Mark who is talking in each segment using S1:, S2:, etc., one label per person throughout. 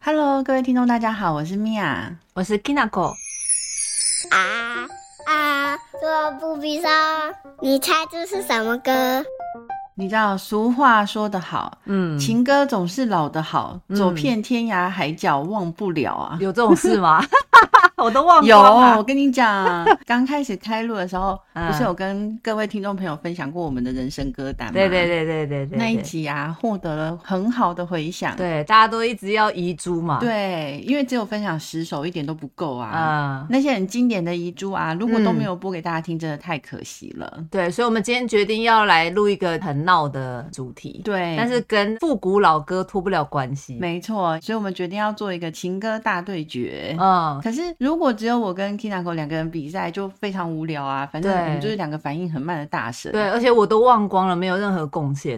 S1: Hello，各位听众，大家好，我是米娅。
S2: 我是 Kinako，
S3: 啊啊，这不比上，你猜这是什么歌？
S1: 你知道俗话说得好，
S2: 嗯，
S1: 情歌总是老得好，
S2: 嗯
S1: 走遍天涯海角忘不了啊。
S2: 有这种事 吗？我都忘
S1: 有，
S2: 光了
S1: 我跟你 讲，刚开始开录的时候，
S2: 嗯
S1: 不是有跟各位听众朋友分享过我们的人生歌单吗？
S2: 对对对对对对，
S1: 那一
S2: 对，
S1: 集啊，获得了很好的回响。
S2: 对，大家都一直要遗珠嘛，，
S1: 对，因为只有分享十首一点都不够啊。
S2: 嗯，
S1: 那些很经典的遗珠啊，如果都
S2: 嗯
S1: 没有播给大家听，真的太可惜了。
S2: 对，所以我们今天决定要来录一个很闹的主题，，
S1: 对，
S2: 但是跟复古老歌脱不了关系，，
S1: 没错，所以我们决定要做一个情歌大对决。
S2: 嗯，
S1: 可是如果只有我跟 Kinako 两个人比赛，就非常无聊啊。反正
S2: 对
S1: 我们就是两个反应很慢的大神。
S2: 对，，而且我都忘光了，没有任何贡 献，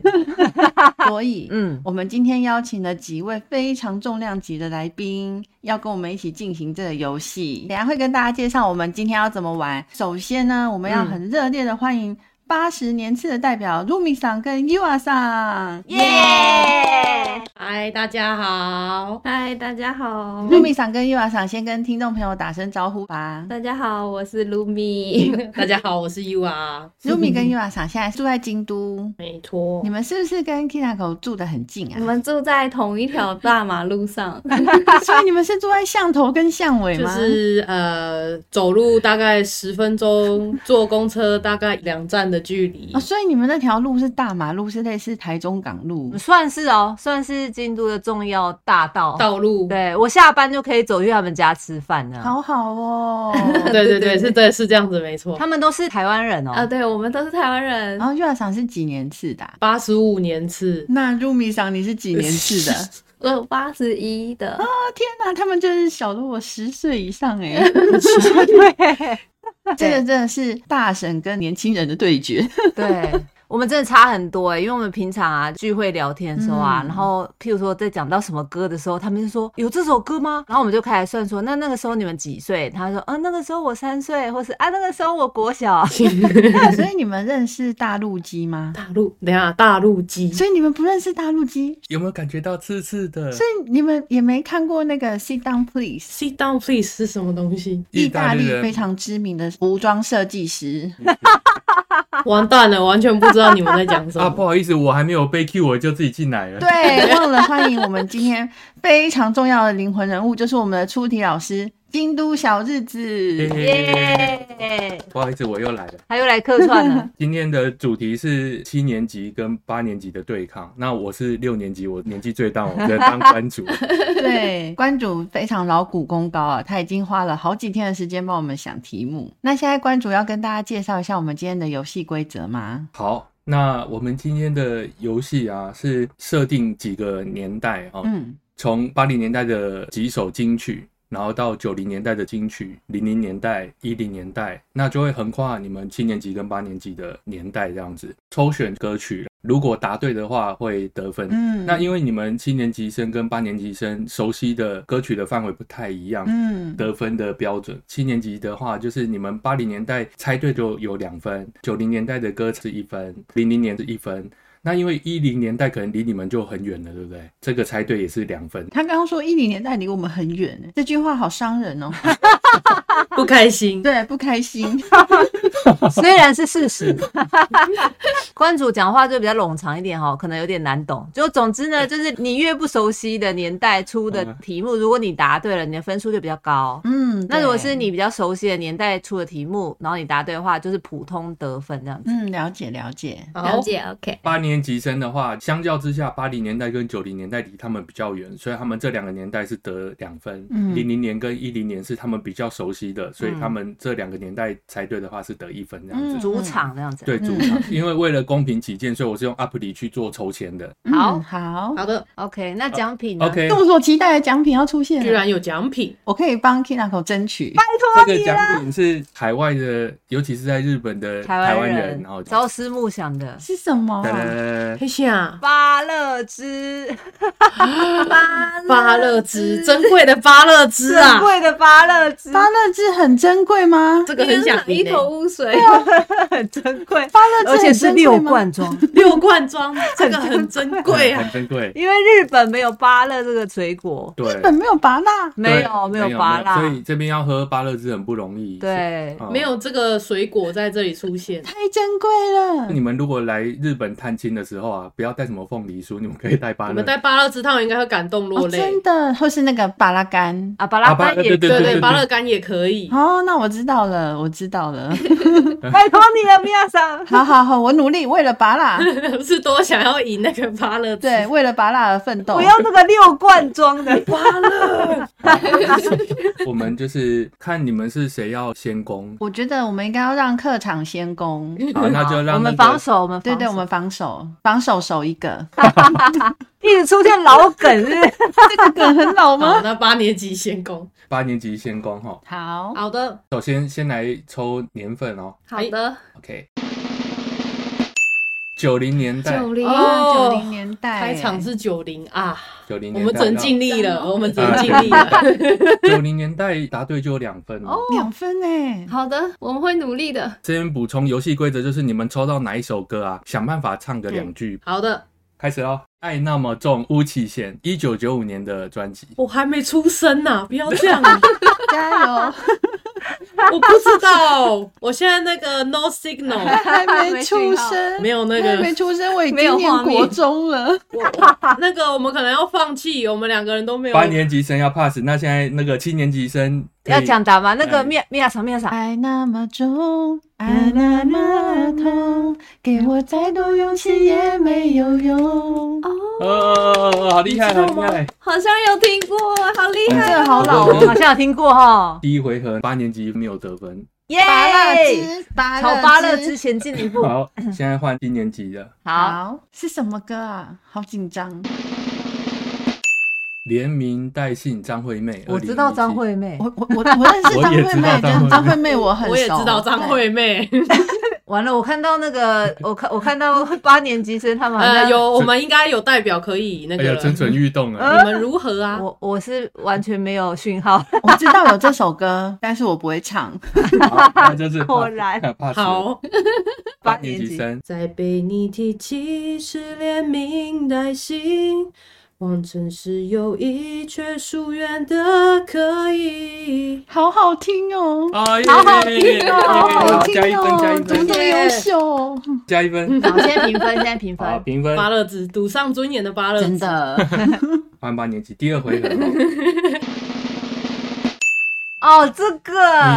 S1: 所以。
S2: 嗯，
S1: 我们今天邀请了几位非常重量级的来宾，要跟我们一起进行这个游戏。等一下会跟大家介绍我们今天要怎么玩。首先呢，我们要
S2: 嗯
S1: 很热烈的欢迎八十年次的代表 Rumi 桑跟 Yua 桑。
S2: 耶，
S4: 嗨，大家好！嗨，大家好
S1: Rumi 桑跟 Yua 桑先跟听众朋友打声招呼吧。
S4: 大家好，我是 Lumi。大家好，我是 U R。
S1: Rumi 跟 Yua 桑现在住在京都，
S4: 没错
S1: 你，们是不是跟 Kinako 住的很近啊？
S4: 我们住在同一条大马路上，
S1: 所以你们是住在巷头跟巷尾
S5: 就
S1: 吗？
S5: 是呃，走路大概十分钟，坐公车大概两站的距离
S1: 哦，。所以你们那条路是大马路，是类似台中港路。
S2: 算是哦，算是京都的重要大道，
S5: 道路，
S2: 对我下班就可以走去他们家吃饭呢，
S1: 好好哦，
S5: 对对对，是对，是这样子，没错
S2: 他。们都是台湾人
S4: 啊，
S2: 哦，
S4: 对，我们都是台湾人
S1: 然。后月赏是几年次的啊、
S5: 八十五年次，
S1: 那 Rumi 赏你是几年次 的？
S4: 我有八十一的，
S1: 哦天哪，他们就是小了我十岁以上哎！
S2: 对。
S1: 这个真的是大神跟年轻人的对 决。
S2: 对。我们真的差很多哎、因为我们平常啊聚会聊天的时候啊，
S1: 嗯
S2: 然后譬如说在讲到什么歌的时候，他们就说有这首歌吗？然后我们就开始算说，那那个时候你们几岁？他说，嗯、那个时候我三岁，或是啊那个时候我国小。
S1: 那所以你们认识大陆鸡 吗？
S5: 大陆，等一下大陆鸡，
S1: 所以你们不认识大陆鸡，
S6: 有没有感觉到刺刺的？？
S1: 所以你们也没看过那个《Sit Down Please》。
S5: Sit down please 是什么东西
S1: 意大利
S6: 人嗯
S1: 非常知名的服装设计师，
S5: 完蛋了，完全不知道你们在讲什
S6: 啊，不
S5: 么。
S6: 好意思，我还没有被 Q，我就自己进来了。，
S1: 对，忘了欢迎我们今天非常重要的灵魂人物，就是我们的出题老师京都小日子。
S2: 耶、
S6: 不好意思，我又来了。
S2: 他又来客串了，
S6: 今天的主题是七年级跟八年级的对抗。那我是六年级，我年纪最大，我在当班 主。
S1: 对，关主非常劳苦功高啊，他已经花了好几天的时间帮我们想题目。那现在关主要跟大家介绍一下我们今天的游戏规则吗？
S6: 好，那我们今天的游戏啊，是设定几个年代啊，
S1: 嗯，
S6: 从八零年代的几首金曲，然后到九零年代的金曲，零零年代、一零年代，那就会横跨你们七年级跟八年级的年代这样子抽选歌曲。如果答对的话会得分。
S1: 嗯
S6: 那因为你们七年级生跟八年级生熟悉的歌曲的范围不太一样。
S1: 嗯，
S6: 得分的标准，七年级的话，就是你们八零年代猜对就有两分，九零年代的歌是一分，零零年是一分。那因为一零年代可能离你们就很远了，对不对？这个猜对也是两分。
S1: 他刚刚说一零年代离我们很远，这句话好伤人哦。
S5: 不开心，
S1: 对，不开心。
S2: 虽然是事实。 关主讲话就比较冗长一点哈，可能有点难懂。就总之呢，就是你越不熟悉的年代出的
S6: 嗯
S2: 题目，如果你答对了，你的分数就比较高。
S1: 嗯，
S2: 那如果
S1: 对
S2: 是你比较熟悉的年代出的题目，然后你答对的话，就是普通得分这样子。
S1: 嗯，了解了解。
S5: 好，
S4: 解，OK。
S6: 八年级生的话，相较之下，八零年代跟九零年代离他们比较远，所以他们这两个年代是得两分。
S1: 嗯
S6: 零零年跟一零年是他们比较熟悉的，所以
S2: 嗯
S6: 他们这两个年代猜对的话是得一分这样子。
S1: 嗯
S2: 主场这样子。
S6: 对主场，因为为了公平起见，所以我是用 Up 里去做筹钱的。
S1: 嗯
S2: 好
S1: 好，
S5: 好的，
S2: ，OK，那奖品呢
S6: OK，
S1: 众所期待的奖品要出现
S5: 居
S1: 了，
S5: 然有奖品，
S1: 我可以帮 Kinako 争取。
S2: 啊
S6: 这个奖品是海外的，尤其是在日本的
S2: 台
S6: 台
S2: 湾
S6: 湾
S2: 人
S6: 人，然后
S2: 朝思暮想的
S1: 是什么
S6: 哒？哒哒
S5: 黑下
S2: 芭乐汁，
S5: 芭乐汁，珍贵的芭乐汁
S2: 珍
S5: 啊！
S2: 贵的芭乐汁
S1: 发乐志很珍贵吗？
S4: 这个很想
S2: 一
S4: 赢、
S2: 头
S4: 欸，
S2: 雾水，
S1: 很珍 贵，发乐志
S2: 而且是
S1: 很珍贵
S2: 六
S1: 吗，
S2: 罐 装，
S5: 六罐装，这个很珍贵
S6: 很
S5: 啊。
S6: 珍贵。
S2: 因为日本没有芭乐这个水果，
S6: 对，
S1: 本没有拔蜡，
S6: 对
S2: 没有
S6: 没
S2: 没有芭
S6: 所
S2: 乐，
S6: 以这边要喝芭乐汁很不容易。
S2: 对，
S6: 嗯
S5: 没。有这个水果在这里出现，
S1: 太珍贵了。
S6: 你们如果来日本探亲的时候啊，不要带什么凤梨酥，你们可以带芭
S5: 你
S6: 乐。
S5: 们带芭乐汁汤应该会感动落
S1: 哦、
S5: 泪。
S1: 真的，或是那个巴拉干。
S2: 啊，巴拉
S6: 啊芭
S2: 干
S6: 乐
S2: 也
S6: 对
S5: 对
S6: 对
S5: 对，
S6: 对
S5: 芭乐干也可以。
S1: 哦，那我知道了，我知道了。
S2: 拜托你了，米娅 桑。
S1: 好好好，我努力为了拔蜡，
S5: 是多想要赢那个芭乐汁。
S1: 对，为了拔蜡而奋斗。，
S2: 我要那个六罐装的，
S6: 我们就是看你们是谁要先攻
S1: 我觉得我们应该要让客场先攻。
S6: 好，那就让
S2: 我们
S6: 那个
S2: 防守，我们
S1: 对
S2: 防
S1: 对，
S2: 守
S1: 我们防守，防守守一个。
S2: 一直出现老梗是不是
S1: 梗很老
S5: 好，
S1: 吗？
S5: 那八年级先攻。
S6: 八年级先攻哈。
S1: 好，
S5: 好的，
S6: 首先先来抽年份哦
S4: 好
S5: 哎
S4: 的，
S6: ，OK，九零年代，
S4: 九零
S1: 哦，
S5: 哦
S1: 九零年代欸
S5: 开场是九零啊，
S6: 九零
S5: 我
S6: 年代，
S5: 们整尽力了，我们整尽力
S6: 啊
S5: 了。
S6: 九零年代答对就两分哦。
S1: 两分 哎，
S4: 好的，我们会努力的。
S6: 这边补充游戏规则，就是你们抽到哪一首歌啊，想办法唱个两句。
S2: 嗯
S5: 好的，
S6: 开始喽，《爱那么重》巫启贤，一九九五年的专辑。
S5: 我还没出生呐，不要这 样，
S1: 加油！
S5: 我不知道，我现在那个 no signal
S1: 还没出 生，
S5: 没有那
S1: 还没
S5: 个
S1: 出生，我已
S2: 没有
S1: 经念
S2: 画面
S1: 国中了。
S5: 那个，我们可能要放弃，我们两个人都没有
S6: 八年级生要 pass，那现在那个七年级生可以
S2: 要抢答吗？那
S6: 哎
S2: 个米娅米娅桑，米娅桑，
S1: 爱那么重，爱那么痛，给我再多勇气也没有用。
S6: 哦，好厉害，好厉害！
S4: 好像有听过，好厉害！
S1: 这好老
S6: 我
S1: 哦，
S2: 好像啊有听过 哈。
S6: 第一回合八年级没有得分，
S2: 耶！
S1: 芭乐之，芭
S2: 朝芭乐
S1: 乐
S2: 之
S1: 之。
S2: 前进一步。
S6: 好，现在换一年级的
S2: 好，
S1: 好，是什么歌啊？好紧张。
S6: 连名带姓张惠妹，
S2: 我知道
S6: 2017
S2: 张，惠妹。
S1: 我我我我认识张
S6: 我也
S1: 惠妹，
S6: 知道张惠
S1: 但
S6: 妹
S1: 张惠妹我很熟，
S5: 我也知道张惠妹，
S2: 完了，我看到那个，我看我看到八年级生他们好
S5: 呃，
S2: 像。
S5: 有我们应该有代表可以那
S6: 哎
S5: 个
S6: 呀，蠢
S5: 了，
S6: 蠢欲动啊！
S5: 你们如何啊？
S2: 我我是完全没有讯 号，
S1: 对。我知道有这首歌，但是我不会唱。
S6: 好那就是
S2: 嗯 果然
S6: pass
S5: 好，
S6: 八年级生，
S5: 再被你提起是连名带姓，望尘世友谊却疏远的可以。
S1: 好好听哦，
S6: 哎呀，
S2: 好好听哦
S1: 好好听
S6: 加一分，加
S1: 哦
S6: 一，
S1: 怎么
S6: 分，
S1: 这么优秀哦？
S6: 加一分，
S2: 好，现在评分，现在评
S6: 好，
S2: 分，
S6: 评分，
S5: 巴乐子赌上尊严的巴乐子，
S1: 真的，
S6: 换八年级第二回合哦。
S2: 哦，这
S6: 你
S2: 个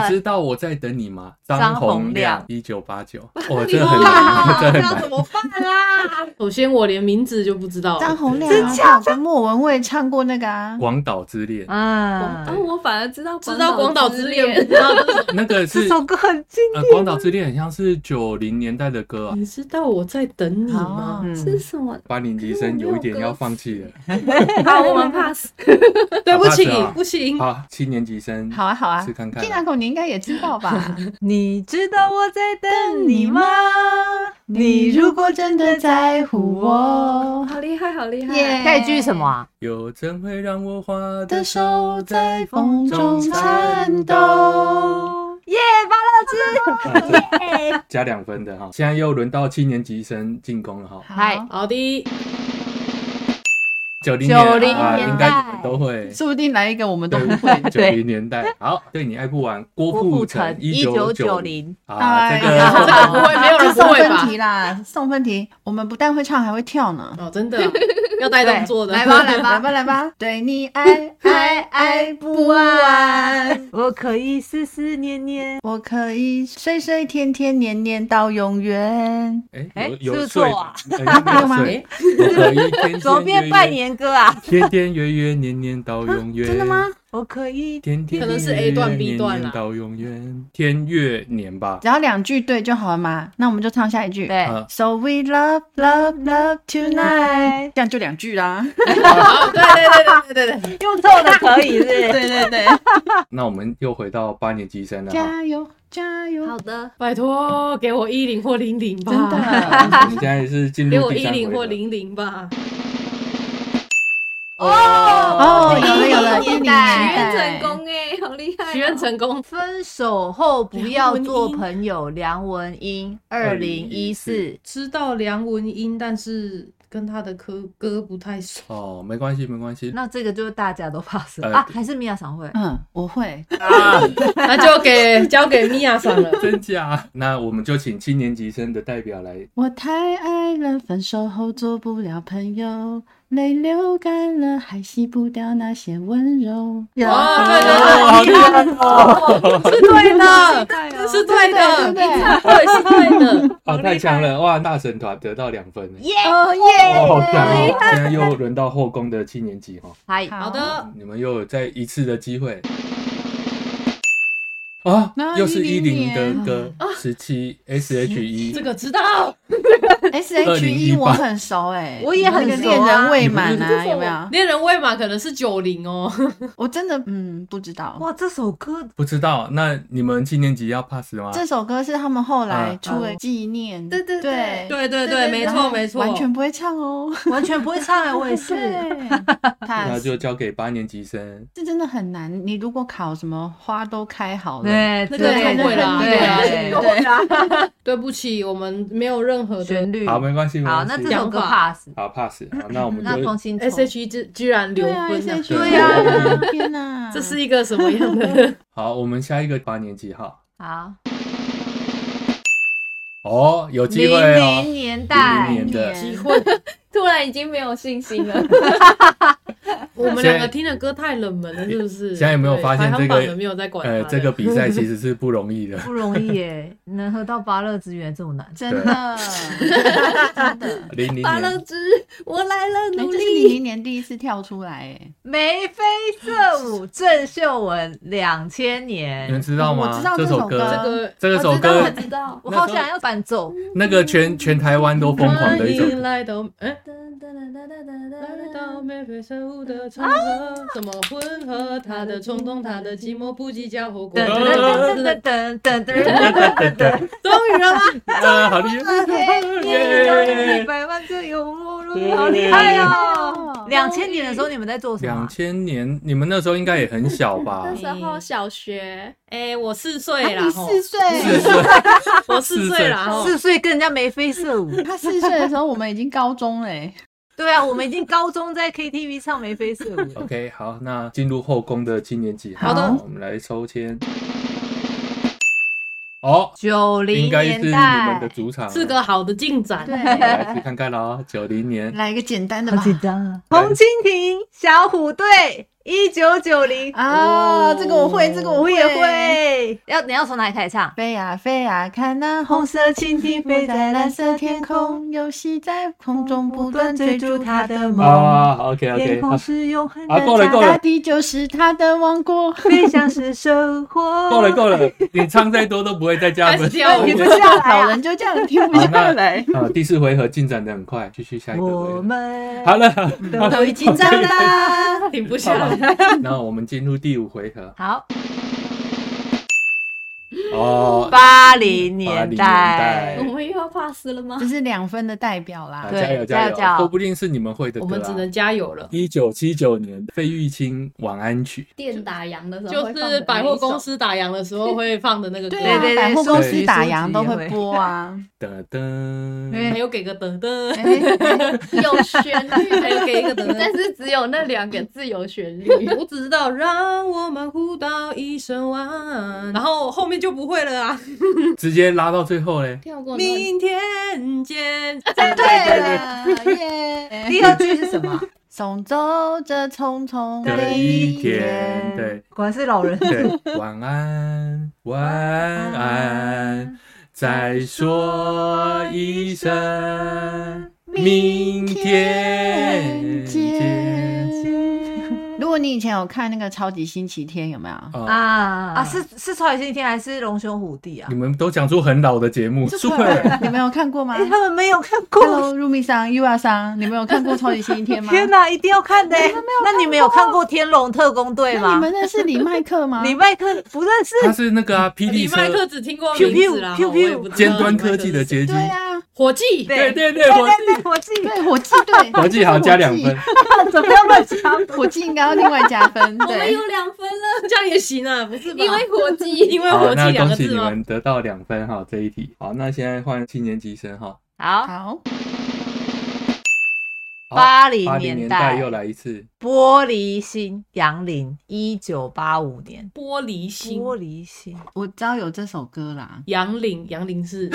S6: 知道我在等你吗？
S2: 张
S6: 洪
S2: 洪亮
S6: 一九八九，哇，这很难，这很
S2: 那
S6: 难
S2: 怎。么办啊？
S5: 首先我连名字就不知道，
S1: 张洪亮啊，我跟莫文蔚唱过那个啊，
S6: 广岛之恋，
S4: 啊，
S2: 嗯，
S4: 我反而知道
S5: 知道广岛之恋，不
S4: 恋，
S5: 知道这是。
S6: 那个
S2: 这
S6: 是
S2: 首歌很经
S6: 呃，广岛之恋很像是九零年代的歌啊
S5: 你知道我在等你吗？
S2: 典，
S4: 是什么？
S6: 八年级生有一点要放弃了。
S4: 好，我们 pass。
S5: 对不起
S6: 好吧，
S5: 不行，
S6: 好，七年级生，
S1: 好啊好啊
S6: 试看看啊
S1: k i n a 你应该也知 道吧？啊
S2: 你知道我在等嗯你吗？？
S1: 你如果真的在乎我，
S4: 哦好厉害，好厉害！
S1: 耶
S2: 下一句什么啊？
S6: 有真会让我花
S1: 的
S6: 的
S1: 手
S6: 手
S1: 在
S6: 在
S1: 风
S6: 风
S1: 中
S6: 中
S1: 颤
S6: 颤
S1: 抖
S6: 抖。
S2: 耶，巴乐
S6: 啊加两分的哈。现在又轮到七年级生进攻了哈。
S2: 嗨
S1: 好，
S5: 好的，
S6: 九零
S2: 90年
S6: 啊，
S2: 代
S6: 应该你们都会。
S1: 说不定来一个我们都不会。
S6: 九
S2: 对
S6: 零年代，好，对你爱不完，郭
S2: 郭
S6: 富
S2: 富
S6: 城
S2: 城
S6: 一九九
S2: 1990
S6: 啊，这
S1: 哎
S5: 这个不
S6: 个
S5: 会，没有
S1: 这
S5: 人不
S1: 送
S5: 会
S1: 分
S5: 吧
S1: 题？啦，送分题，我们不但会唱，还会跳呢。
S5: 哦，真的 要带动作的，
S1: 来吧，来吧，来吧，来吧！对你爱 爱爱不完，
S2: 之，我可以思思念念。
S1: 我可以岁岁天天年年到永远。
S6: 哎
S2: 哎
S6: 有
S2: 是
S6: 有
S2: 不是
S6: 睡
S2: 错啊
S6: 哎没有睡，我可以天 天
S2: 左边拜
S6: 月
S2: 年歌啊，
S6: 月，天天月月，年年到永远。
S1: 真的吗？
S2: 我可以
S6: 天天
S5: 可能是 A 段 B 段啦啊
S6: 年年到永远，天月年吧
S1: 只。要两句对就好了嘛。那我们就唱下一句。
S2: 对。
S6: 啊，
S1: So we love love love
S2: 哎
S1: tonight，这样就两句啦。
S5: 好，对对对对对对对，
S2: 用错的可以是
S1: 对对对，
S6: 那我们又回到八年级生了哈。
S1: 加油加油！
S4: 好的，
S5: 拜托给我一零或零零吧，
S1: 真的，
S6: 我们现在是 进
S5: 给
S6: 入
S5: 我
S6: 第
S5: 一
S6: 三回
S5: 零或
S6: 合。
S5: 零零吧。
S2: 哦
S1: 哦有了有了
S2: 一零
S1: 一零
S2: 年
S1: 年
S2: 代
S4: 许愿成功哎，好厉害！
S5: 许
S4: 愿成功。
S2: 分手后不要做
S5: 梁文音
S2: 朋友，梁文音，二零一四
S6: 2014。
S5: 知道梁文音，但是跟他的歌歌不太 熟。
S6: 哦，没关系，没关系。
S2: 那这个就是大家都 pass 了
S6: 呃
S2: 啊，还是米娅常会。
S1: 嗯，我会。
S6: 啊，
S4: 那就给交给米娅 上了。
S6: 真假？那我们就请七年级生的代 表来。
S1: 我太爱了，分手后做不了朋友，泪流干了还洗不掉那些温柔。
S4: 哦，对
S6: 哦，好厉害哦！
S4: 对对，是对的，
S5: 这
S4: 是对的，
S1: 对对对
S4: 对是对的。
S6: 啊，太强了！哇，大神团得到两分耶！
S1: 哦耶！
S6: 哦，好强哦！现在又轮到后宫的七年级哈，
S2: 嗨，
S4: 好的，
S6: 你们又有再一次的机会。啊
S1: 那，
S6: 又是一
S1: 10
S6: 零
S1: 年
S6: 的歌，十七 S H E，
S5: 这个知道，
S1: S H E
S6: 2018
S1: 我很熟哎、
S2: 我也很
S1: 那个
S2: 熟
S1: 恋
S2: 啊
S1: 人未满
S6: 你
S1: 啊，有没有？
S5: 恋人未满可能是九零哦，
S1: 我真的嗯不知道。
S2: 哇，这首歌
S6: 不知道。那你们七年级要 pass 吗？
S1: 这首歌是他们后来
S6: 嗯
S1: 出了纪念，
S2: 对对对
S5: 对对
S2: 对
S5: 对，
S2: 对
S5: 没
S1: 然
S5: 错
S1: 后
S5: 没错，
S1: 完全不会唱哦。
S2: 完全不会唱哎，我也 是。
S6: 那
S1: pass，
S6: 就交给八年级生。
S1: 这真的很难。你如果考什么花都开好了，
S2: 对，
S5: 那个
S2: 对
S5: 太会了
S2: 对啊
S5: 对
S2: 对
S1: 对
S5: 对不起，我们没有任何
S2: 对
S5: 的
S2: 旋律。
S6: 好，没关系，没
S2: 嗯好，
S6: 关
S2: 那
S6: 系
S2: 这首歌
S5: 想法
S2: pass。
S6: 好 pass。好，那我们
S2: 那重
S6: 就
S2: 新
S5: S
S2: 重
S5: H E 居居然留
S1: 对啊
S5: 分
S1: ，S
S5: 了，
S1: H
S6: 对
S1: E 啊，天哪！
S5: 这是一个什么样 的？
S6: 好，我们下一个八年级哈。
S2: 好，
S6: 哦，有机
S2: 零
S6: 会哦。
S2: 零年代？
S6: 00年的
S1: 机
S5: 会
S4: 突然已经没有信心了。
S5: 我们
S6: 现
S5: 两
S6: 在
S5: 个听的歌太冷门了，是不是？
S6: 现在有没有发现
S5: 对排行
S6: 这
S5: 榜的
S6: 个
S5: 没有在管
S6: 呃
S5: 它
S6: 这个
S5: 的
S6: 比赛其实是不容易的
S2: 不容易耶，能喝到芭乐汁原来这么难。
S1: 真的，真的。
S6: 零零
S4: 巴乐
S6: 年
S4: 之，我来了，
S1: 哎，
S4: 努
S1: 这是你
S4: 力。
S1: 一年第一次跳出来哎。
S2: 眉飞色 舞，郑秀文，两千
S6: 你们
S2: 年，
S6: 知道吗？
S1: 我知道这首
S6: 首
S1: 歌
S5: 这个
S6: 这个首
S4: 我
S6: 歌
S4: 知道，我知道。
S2: 我好想要伴奏。
S6: 那个全全台湾都疯狂的一首
S5: 欢迎
S6: 歌。
S5: 来到哎。来到眉飞色舞的场合，怎么混合他的冲动，他的寂寞，不计较后果。
S2: 噔
S5: 终
S2: 噔噔噔噔噔 噔噔
S5: 于了吗？
S6: 啊，好厉害！
S2: 噔，耶！一百万个幽默，好厉害哦！两千年的时候你们在做什么
S6: 两
S2: 啊？
S6: 千年，你们那时候应该也很小吧
S4: 那？时候小学，
S5: 哎，我四岁啦，
S1: 啊你
S5: 吼
S1: 四岁，
S5: 我四岁啦，吼
S2: 四岁跟人家眉飞色舞，
S1: 他四岁的时候我们已经高中了哎。
S2: 对啊，我们已经高中在 KTV 唱眉飞色舞。
S6: OK，好，那进入后宫的七年级，
S1: 好的
S6: 我们来抽签。哦，
S2: 九
S6: 应
S2: 零
S6: 该是
S2: 年
S6: 你们的
S2: 代，
S6: 主场了，
S5: 是个好的进展。
S6: 我们来去看看喽。九零年，
S1: 来一个简单的吧。
S2: 单啊！红蜻蜓、小虎队，一九九零，
S1: 啊，这个我会，这个我
S2: 我
S1: 会
S2: 也。会。要你要从哪里开始唱？
S1: 飞呀飞呀，看那
S2: 红
S1: 红
S2: 色蜻
S1: 飞
S2: 蜓飞
S1: 在
S2: 在
S1: 蓝
S2: 蓝
S1: 色
S2: 色
S1: 天
S2: 天
S1: 空，
S2: 空，
S1: 游戏在空中不
S2: 不
S1: 断
S2: 断
S1: 追
S2: 追
S1: 逐
S2: 逐
S1: 它
S2: 它
S1: 的
S2: 的
S1: 梦
S2: 梦。
S6: 啊，OK
S2: 天
S6: OK，
S2: 空是永恒
S6: 啊够了
S2: 的
S6: 够
S2: 家，
S6: 了
S1: 大地就是它的王 国。
S2: 飞翔是生活。
S6: 够了够了，你唱再多都不会再加
S5: 开
S6: 分
S5: 始。跳舞
S1: 你，不下来，啊老人就这样停不下来。
S6: 啊，第四回合进展的很快，继续下一个
S2: 我
S6: 回合。
S2: 们
S6: 好了，
S1: 都已经长大，
S5: 停不下来。
S6: 那我们进入第五回合。
S2: 好，
S6: 哦，
S2: 八零
S6: 80
S2: 年代
S6: 年代
S4: 我，们又要 pass 了吗
S1: 这？是两分的代表
S6: 啊
S1: 啦。
S2: 对
S6: 加油
S2: 加
S6: 加
S2: 油加油
S6: 油，说不定是你们会的
S5: 我
S6: 歌
S5: 们只
S6: 啊。
S5: 能加油了。
S6: 一九七九年，费玉清《晚安曲
S4: 电打烊的时候
S5: 就
S4: 会放的
S5: 是百货公
S4: 那一首。
S5: 司打烊的时候会放的那个歌，
S1: 对啊
S2: 对对对
S1: 百货公
S6: 手
S1: 司
S6: 机
S1: 打
S2: 书
S1: 烊
S2: 籍
S1: 都
S2: 也
S1: 会
S2: 会
S1: 播 啊。》。
S6: 噔噔，
S5: 还有给个噔噔，
S1: 哎
S4: 有旋 律，
S5: 还有给一个噔
S4: 但
S5: 噔。
S4: 是只有那两个字有旋 律。
S5: 我只知道让我们互道一声晚安，然后后面就不会了啊。
S6: 直接拉到最后嘞。
S4: 跳过哦那
S5: 明天见。
S1: 对了， 耶！
S2: 第二句是什么？
S1: 送走这匆匆
S6: 的
S1: 的
S6: 一
S1: 一
S6: 天，
S1: 天。
S6: 对
S2: 果然是老人。
S6: 对，晚安，晚安，再说一声，明天见。
S1: 如果你以前有看那个《超级星期天》，有没有？
S6: 啊！
S2: 啊啊！是是《超级星期天》还是《龙兄虎弟》啊
S6: 你？们都讲出很老的节目，Super。
S1: 你们有看过 吗
S2: 哎，他们没有看过。
S1: ？Hello，入迷桑、U R 桑，你们有看过《超级星期天》吗？
S2: 天哪，一定要看的！那你们有看过《天龙特工队》
S1: 那你
S2: 吗？
S1: 们认识李麦克 吗？
S2: 李麦克不认识，
S6: 他是那个啊，霹雳
S5: 李麦
S6: 车
S5: 克只听过名字啦，
S2: Pew pew pew pew
S5: 我也不知道
S6: 尖端科技的结晶
S1: 对，啊，
S5: 伙计，
S6: 对对对，
S2: 对
S6: 火
S2: 对
S6: 计
S2: 对，我记得
S1: 对，火计 对，
S6: 火计好加两分，
S2: 怎么样乱讲？
S1: 火计应该要另外加 分，
S5: 我们
S1: 对
S5: 有，两分了，这样也行啊，不是吧？
S4: 因为火鸡，
S5: 因为
S6: 好，
S5: 火
S6: 那
S5: 计两个
S6: 恭喜
S5: 字
S6: 你
S5: 吗？
S6: 们得到两分哈，这一题。好，那现在换七年级生哈。
S2: 好，
S1: 好，
S2: 八零
S6: 八
S2: 年
S6: 年
S2: 代
S6: 又来一次，
S2: 玻璃心，杨林，一九八五年，
S5: 玻璃心，
S2: 玻璃心，
S1: 我知道有这首歌啦，
S6: 嗯
S5: 杨林，杨林是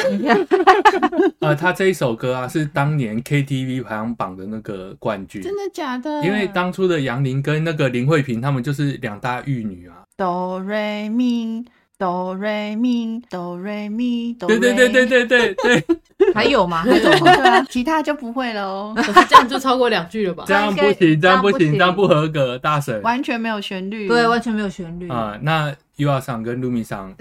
S6: 呃，他这一首歌啊是当年 KTV 排行榜的那个冠军，
S1: 真的假的？
S6: 因为当初的杨林跟那个林慧萍，她们就是两大玉女啊。
S1: 哆瑞咪哆瑞咪哆瑞咪哆
S6: 对
S1: 瑞，
S6: 对对对对对
S2: 哦
S6: 对，
S2: 还有吗？还
S1: 那
S2: 有
S1: 种，
S2: 吗？
S1: 对啊，其他就不会了 哦，
S5: 可是这样就超过两句了吧
S6: 这？样不
S2: 这样应该
S6: 行，这样不行，
S2: 这样不行
S6: 这样不合格，大神。
S1: 完全没有旋律，
S2: 对，完全没有旋律。
S6: 啊、那 U R 上跟 Lumi 上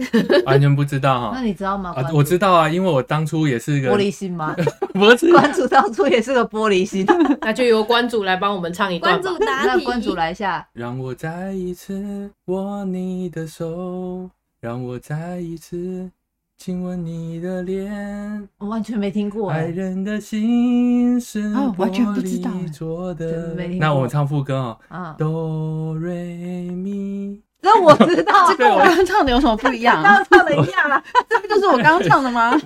S6: 完全不知道
S2: 那
S6: 哈。
S2: 你知道吗？
S6: 啊
S2: 关，注
S6: 我知道啊，因为我当初也是个
S2: 玻璃心 吗？
S6: 不是
S2: 关主当初也是个玻璃心。
S5: 那就由关主来帮我们唱一 段
S4: 关
S5: 吧
S4: 注。答
S2: 那
S4: 题，
S2: 关主来一下，
S6: 让我再一次握你的手，让我再一次亲吻你的脸。
S2: 我完全没听过
S6: 爱
S2: 哎。
S6: 人的心是
S1: 哦完全
S6: 玻
S1: 不知道哎
S6: 璃做
S2: 真
S6: 的
S2: 没。
S6: 那
S2: 过
S6: 我唱副歌哦，
S2: 啊，
S6: 哆瑞咪。
S2: 这我知道，
S1: 这跟我刚刚唱的有什么不一 样？
S2: 刚唱的一样啊啦。
S1: 这不就是我刚刚唱的吗？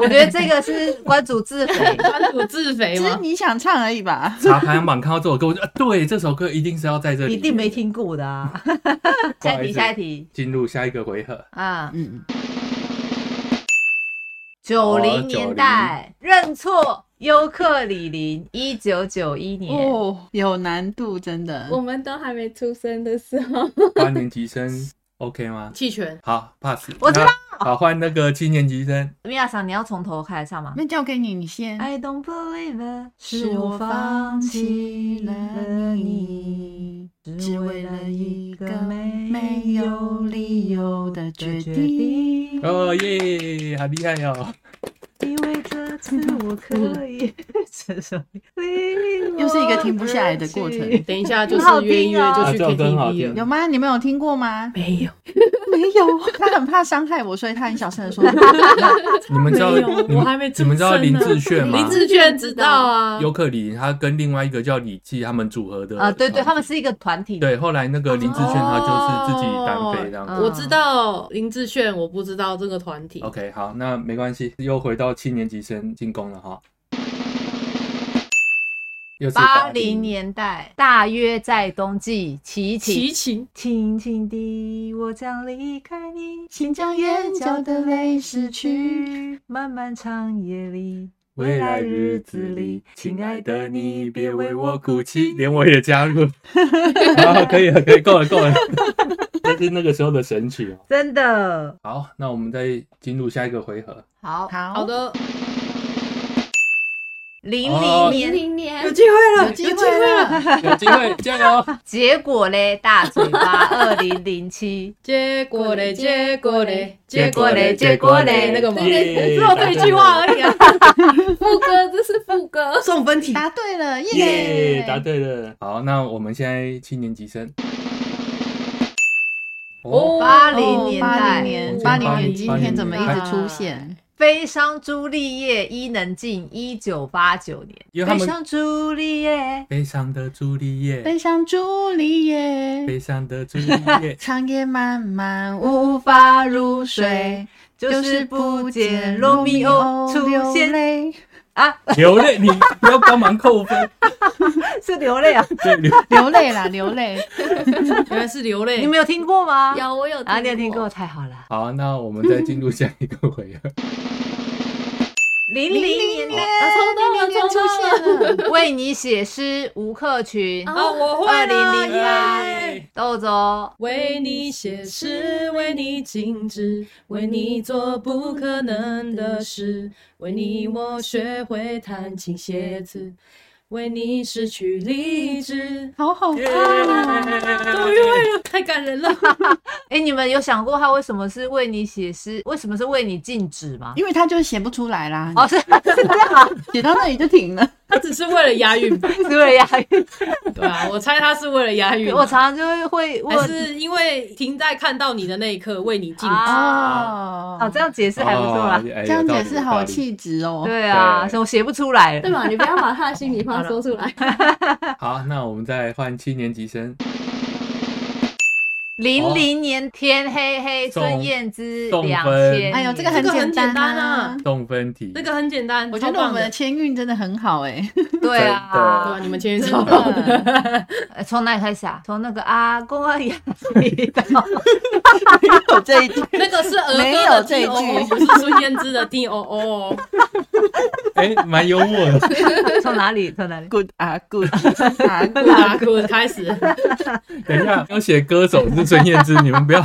S2: 我觉得这个是关主自肥。
S5: 关主自肥
S1: 只是
S5: 哎吗？
S1: 你想唱而已吧。
S6: 查排行榜看到这首歌，我就啊，对，这首歌一定是要在这里，
S2: 一定没。听过 的啊！
S6: 不
S2: 下
S6: 好
S2: 一题，
S6: 意思
S2: 下一题
S6: 进入下一个回合，
S2: 啊！
S1: 嗯，
S2: 九零
S6: 90
S2: 年代，认错，尤克里林，一九九一年，
S1: 哦，有难度，真的。
S4: 我们都还没出生的时候，
S6: 八年级生 OK 吗？
S5: 弃权，
S6: 好，pass。
S2: 我知道
S6: 那。好，换那个七年级生。
S2: 米娅桑，你要从头开始唱吗
S1: 那交给你，你先。
S2: ？I don't believe it，
S1: 嗯是
S2: 是我
S1: 我
S2: 放
S1: 放
S2: 弃
S1: 弃
S2: 了
S1: 了
S2: 你。
S1: 你，
S2: 只
S1: 只
S2: 为
S1: 为
S2: 了
S1: 了
S2: 一
S1: 一
S2: 个
S1: 个
S2: 没
S1: 没
S2: 有
S1: 有
S2: 理
S1: 理
S2: 由
S1: 由
S2: 的
S1: 的
S2: 决
S1: 决
S2: 定
S1: 定。
S6: 哦耶，好厉害哦！
S2: 因为这次我可以承受你
S1: 又是一个停不下来的过程
S5: 等一下就
S2: 很好
S5: 是约一约
S2: 听哦
S5: 就去
S6: 啊这首歌很好
S5: KTV
S6: 听
S5: 了。
S1: 有吗？你们有听过吗？
S5: 没有，
S1: 没 有，他很怕伤害我，所以他很小声的说。
S6: 你们知道
S5: 没有
S6: 你
S5: 我
S6: 们
S5: 还没出
S6: 你们知道
S5: 生呢
S6: 林志炫 吗？
S5: 林志炫知道啊。
S6: 尤克里里他跟另外一个叫李记他们组合 的
S2: 啊，对对，
S6: 团体
S2: 他们是一个团体，
S6: 对。后来那个林志炫他就是自己单飞这样
S2: 哦
S6: 子。
S5: 我知道林志炫，我不知道这个团体。
S6: OK，好，那没关系，又回到七年级生进攻了哈。又是
S2: 八
S6: 80
S2: 零年代，大约在冬季，齐
S5: 齐
S2: 秦，
S5: 秦，
S2: 轻轻地，我将离开你，
S1: 请将眼角的泪拭去。
S2: 漫漫长夜里，
S6: 未来日子里，亲爱的你别为我哭泣，连我也加入。好，可以了，可以，够了，够了。这是那个时候的神曲哦。
S2: 真的
S6: 好，那我们再进入下一个回合。
S2: 好，
S1: 好，
S5: 好，的，
S2: 零
S6: 哦
S2: 零年，
S4: 零零 年
S5: 有机会了，
S1: 有机会了。
S6: 有机会，加油！
S2: 结果嘞，大嘴巴，二零零七，
S5: 结果嘞，结果嘞，
S2: 结果嘞结果嘞
S5: 那个吗？
S6: 耶
S5: 只有这一句话而已啊。
S4: 副歌，这是副歌，
S5: 送分题，
S1: 答对了，
S6: 耶
S1: 耶！
S6: 答对了。好，那我们现在七年级生。
S5: 哦
S2: 八零
S1: 哦
S2: 年
S1: 八
S2: 代，
S1: 零年，
S6: 八
S1: 八
S6: 零
S1: 零
S6: 年
S1: 年今天怎么一直出现？
S2: 悲伤朱丽叶伊能静，一九八九年。
S6: 因为他
S2: 悲
S6: 们
S2: 伤朱丽叶，
S6: 悲伤的朱丽叶，
S1: 悲伤朱丽叶，，
S6: 悲伤的朱丽叶
S1: 长夜漫漫无法入睡，
S2: 就是不见罗密欧出
S1: 流
S2: 现
S1: 泪。
S2: 啊，
S6: 流泪，你不要帮忙 扣分。
S2: 是流泪啊！
S6: 对，流
S1: 流泪啦，流泪。
S5: 原来是流泪。
S2: 你们有听过吗？
S4: 有我有
S2: 啊，你有听过？太好了。
S6: 好，那我们再进入下一个回 合。
S2: 零零年代，
S1: 啊，
S4: 抽到了
S1: 抽到了！
S2: 为你写诗，吴克群，
S5: 啊，我会
S2: 二
S5: 了
S2: 零零八
S5: 耶，
S2: 豆总，
S5: 为你写诗，为你静止，为你做不可能的事，为你我学会弹琴写字，为你失去理智。
S1: 好好看
S6: 耶
S1: 哦！
S5: 哎
S6: 哦
S5: 终于会了，太感感人了。
S2: 哎、你们有想过他为什么是为你写诗，为什么是为你禁止吗？
S1: 因为他就写不出来啦，
S2: 哦，是是这样啊，
S1: 写到那里就停了。
S5: 他 只是为了押韵吧？
S2: 是为了 押韵。
S5: 对啊，我猜他是为了押韵啊。
S2: 我常常就会会
S5: 还
S2: 问，
S5: 是因为停在看到你的那一刻为你敬
S2: 啊
S5: 止。
S1: 哦，
S2: 哦，这样解释还不错啦。
S6: 哦哎有
S1: 这样
S6: 道
S1: 解
S6: 理
S1: 释
S6: 有
S1: 好
S6: 道
S1: 有
S6: 理
S1: 气质哦。
S2: 对啊，
S6: 对
S2: 所以我写不出来
S4: 对
S2: 了。
S4: 嘛？你不要把他的心里话说出来。
S6: 好，那我们再换七年级生
S2: 零零年天黑黑，
S6: 宋
S2: 孙燕姿
S6: 宋
S2: 两
S6: 芬
S2: 千。
S1: 哎呦，这个很
S5: 这个
S1: 简
S5: 很简
S1: 单
S5: 单
S1: 啊
S5: 啊！
S6: 送分 题，
S5: 这个很简单，
S1: 我觉得
S5: 超
S1: 我
S5: 棒
S1: 们的
S5: 的
S1: 签运真的很好 哎，
S2: 对
S5: 对 啊，
S2: 啊，
S5: 你们前面超
S1: 真
S5: 棒的。
S1: 的
S2: 呃 从哪里开始啊？从那个阿公阿爷到
S1: 没有这一句。
S5: 那个是儿歌
S1: 没有
S5: 的
S1: 这一
S5: T
S1: 句
S5: O O，不是孙燕姿的 T O 哦 O。
S6: 哎，蛮幽默的。
S2: 从哪里？从哪里？
S1: Good 啊 Good 啊 Good 啊
S5: 大哥开 始，
S6: 等一下，要写歌手是孙燕姿，你们不要。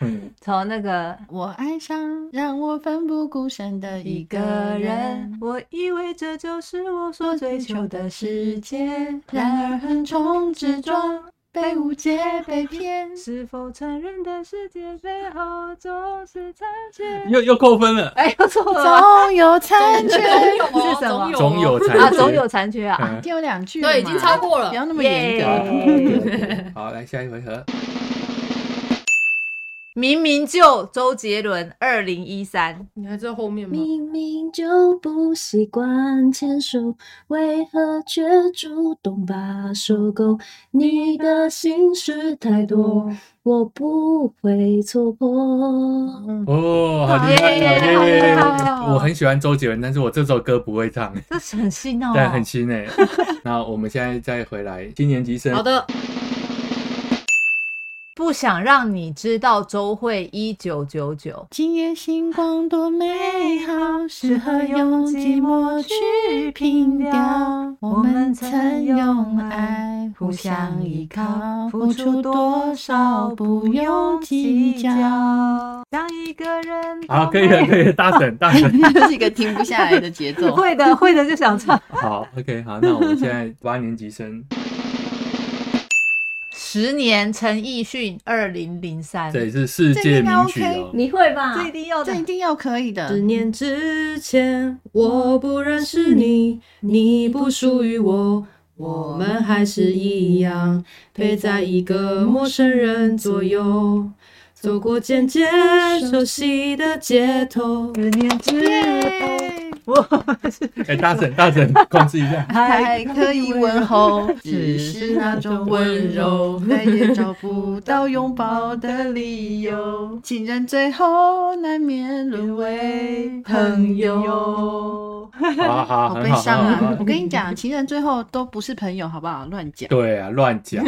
S6: 嗯，
S2: 从那个
S1: 我爱上让我奋不顾身的一
S2: 一
S1: 个
S2: 个
S1: 人
S2: 人，，我以为这就是我所追求的世界，
S1: 然而横冲直撞，被误解被骗。
S2: 是否承认的世界背后总是残缺？
S6: 又又扣 分了，
S2: 哎，又错了吗
S1: 总有 残缺，
S2: 是什么
S6: 总有才
S2: 啊，总有残缺啊！
S6: 嗯
S1: 丢两句了嘛
S5: 对，已经超过了
S1: 不。要那么严格。
S6: OK，OK，好， 来下一回合。
S2: 明明就周杰伦，二零一三，
S5: 你还知道后面吗？
S4: 明明就不习惯牵手，为何却主动把手勾？你的心事太多，我不会错过。
S6: 哦，好厉害
S2: 耶
S6: 耶！耶
S1: 好厉害哦
S6: 我很喜欢周杰伦，但是我这首歌不会唱，
S2: 这是很新哦，
S6: 但很 新哎。那我们现在再回来，今年级生
S5: 好的，
S2: 不想让你知道周慧一九九九，
S1: 今夜星光多美好，适合用寂寞
S5: 嗯
S1: 去拼掉。我们曾用爱互相依靠，付出多少不用计较。
S2: 当一个人
S6: 好，啊可以了，可以了，大婶，大 婶。
S1: 这是一个停不下来的节 奏
S2: 会啊的，会的就想唱。
S6: 好，OK，好，那我们现在八年级生，
S2: 十年陈奕迅，二零零三，
S6: 这也是世界名
S1: 这
S6: 曲
S1: 个应该
S6: 哦。
S4: 你会吧？
S2: 这一定要的
S1: 这。一定要可以
S5: 十
S1: 的。
S5: 年之前我不认识你，你不属于我，我们还是一样嗯陪在一个陌生人左右，走过渐渐熟悉的街头。
S2: 十年之
S6: 哎，大婶，大婶，控制一下。
S1: 还可以问候，只是那种温柔，再也找不到拥抱的理由。情人最后难免沦为朋友。
S6: 好好，
S1: 好
S6: 好
S1: 悲
S6: 很好，
S1: 伤
S6: 很
S1: 啊！
S6: 好
S1: 我。跟你讲，情人最后都不是朋友，好不好？乱讲，
S6: 对啊，乱 讲，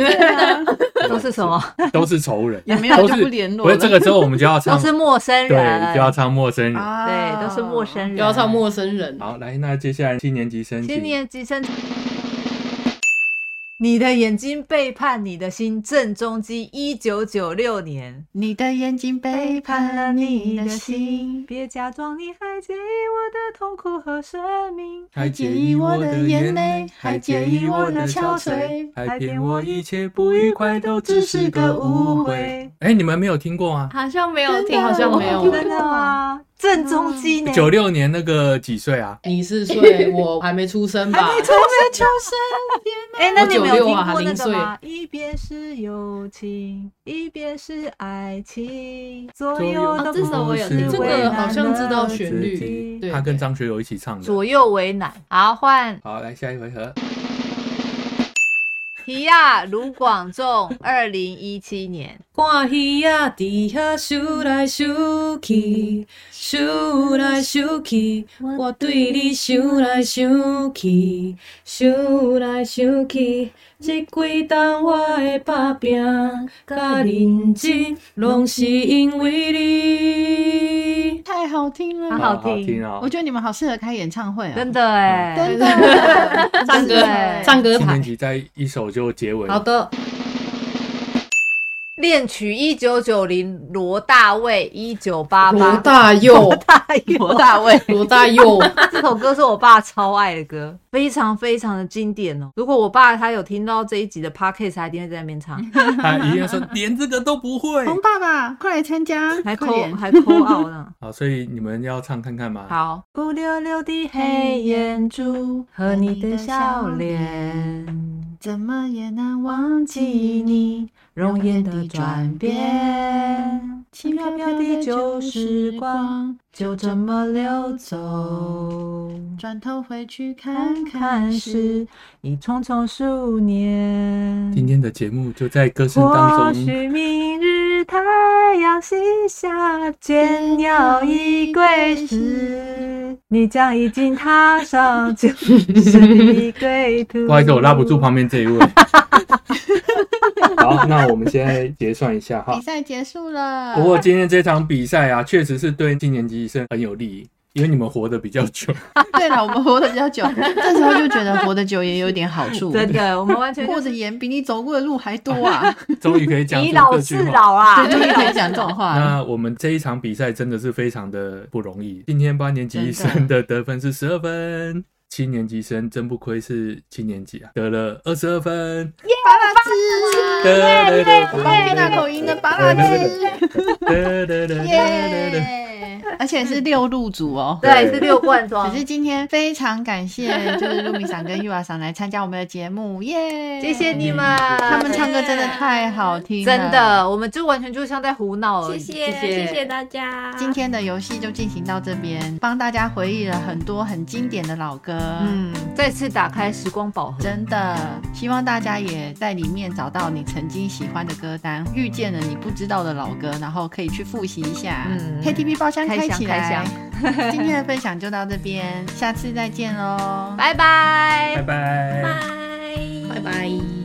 S2: 都是什么？
S6: 都是仇人，
S1: 也没有
S6: 都
S1: 就是不联络
S6: 不是这个
S1: 了。
S6: 时候我们就要
S2: 都
S6: 唱，
S2: 是陌生
S6: 对，
S2: 人，
S6: 就要唱陌生人。
S1: 啊
S2: 对，都是陌生人，
S5: 不要唱。陌生 人，
S6: 好，来，那接下来七年级生，
S2: 今年几声。你的眼睛背叛你的心，郑中基，一九九六年。
S1: 你的眼睛背叛了你的心，
S2: 别假装你还介意我的痛苦和生命。
S6: 还介意我的眼泪，还介意我的憔悴，还骗我一切不愉快都只是个误会。哎，你们没有听过吗？
S4: 好像没有
S5: 好像没有
S2: 哦真的吗？郑中基呢？
S6: 九六年那个几岁啊？
S5: 你四岁，我 还没出生吧？
S1: 秋
S2: 哎，那你们有
S5: 96
S2: 听
S5: 啊
S2: 过那
S5: 零
S2: 个
S5: 岁
S2: 吗？一边是友情，一边是爱情，左
S6: 左右
S2: 右
S6: 都
S2: 都
S4: 这首
S2: 不
S4: 我有
S2: 是
S4: 听
S5: 啊这
S4: 过
S2: 为
S6: 啊
S5: 个好
S2: 难
S5: 像
S2: 的
S5: 知道
S2: 自
S5: 旋律，
S2: 己
S5: 对
S6: 他跟张学友一起唱的。
S2: 左右为难。好，换
S6: 好，来下一回合。
S2: 提亚卢广 仲，二零一七年。
S5: 看鱼仔啊伫遐想来想去，想来想去，我对你想来想去，想来想去，这几冬我的打拼甲认真，拢是因为你。
S1: 太好听
S2: 很
S1: 了，
S2: 好
S6: 好
S2: 听
S6: 听哦
S1: 我。觉得你们好适合开演唱会哦
S2: 真。的哎、
S1: 真的，
S5: 唱歌
S2: 对，
S5: 唱歌
S6: 七年
S5: 牌。
S6: 级在一首就结尾。
S5: 好的，
S2: 恋曲一九九零，罗大卫一九八八，
S5: 罗大佑，
S2: 大 罗大卫
S5: 罗大佑，
S2: 这首歌是我爸超爱的歌，非常非常的经典哦。如果我爸他有听到这一集的 podcast，他一定会在那边 唱，
S6: 他一定说连这个都不会。
S1: 红爸爸，快来参加，
S2: 还
S1: 快
S2: 抠
S1: 点
S2: 还抠傲 呢。
S6: 好，所以你们要唱看看吗？
S2: 好，乌溜溜的黑眼珠和你的笑脸，
S1: 怎么也难
S2: 忘
S1: 忘
S2: 记
S1: 记你
S2: 你容颜的转变，轻飘飘的旧时光就这么溜走。
S1: 转头回去看
S2: 看看
S1: 看是
S2: 是一匆匆数年，
S6: 今天的节目就在歌声
S2: 或
S6: 当中，
S2: 许明日太阳西下，倦鸟已归时，你将已经踏上旧时的归途。
S6: 不好意思，我拉不住旁边这一位。好，那我们现在结算一下哈
S1: 比。赛结束了。
S6: 不过今天这场比赛啊，确实是对今年级生很有利，因为你们活得比较久。
S1: 对了，我们活得比较 久，这时候就觉得活得久也有点好处。
S2: 真的，我们完全
S1: 过
S2: 就
S1: 的
S2: 是
S1: 眼比你走过的路还多 啊！
S6: 终于可以讲出
S2: 以老
S6: 这句
S2: 治
S6: 话。
S2: 老啊，
S1: 对，终于可以讲这种话。
S5: 嗯
S6: 那我们这一场比赛真的是非常的不容易。今天八年级生的得分是十二分，七年级生真不愧是七年级啊，得了二十二分。
S1: 是
S6: 得得得
S1: 巴拉那口音的巴拉汁，
S6: 得得得得得
S1: 耶！而且是六入组哦。
S2: 对是六罐装
S1: 只。是今天非常感谢，就是露米桑跟玉娃桑来参加我们的节目，耶！
S2: 谢谢你们，
S1: 他们唱歌真的太好听，啊
S2: 真。的，我们就完全就像在胡闹而
S7: 谢谢
S2: 已。
S7: 谢
S5: 谢
S7: 谢大家，
S1: 今天的游戏就进行到这边，帮大家回忆了很多很经典的老歌。
S2: 嗯，再次打开时光宝盒，
S1: 真的，希望大家也在里面找到你曾经喜欢的歌单，遇见了你不知道的老歌，然后可以去复习一下。
S2: 嗯
S1: KTV 包厢
S2: 开
S1: 开
S2: 箱
S1: 起
S2: 开
S1: 来
S2: 箱。
S1: 今天的分享就到这边，下次再见喽，
S2: 拜拜
S6: 拜。拜。
S7: 拜
S5: 拜拜。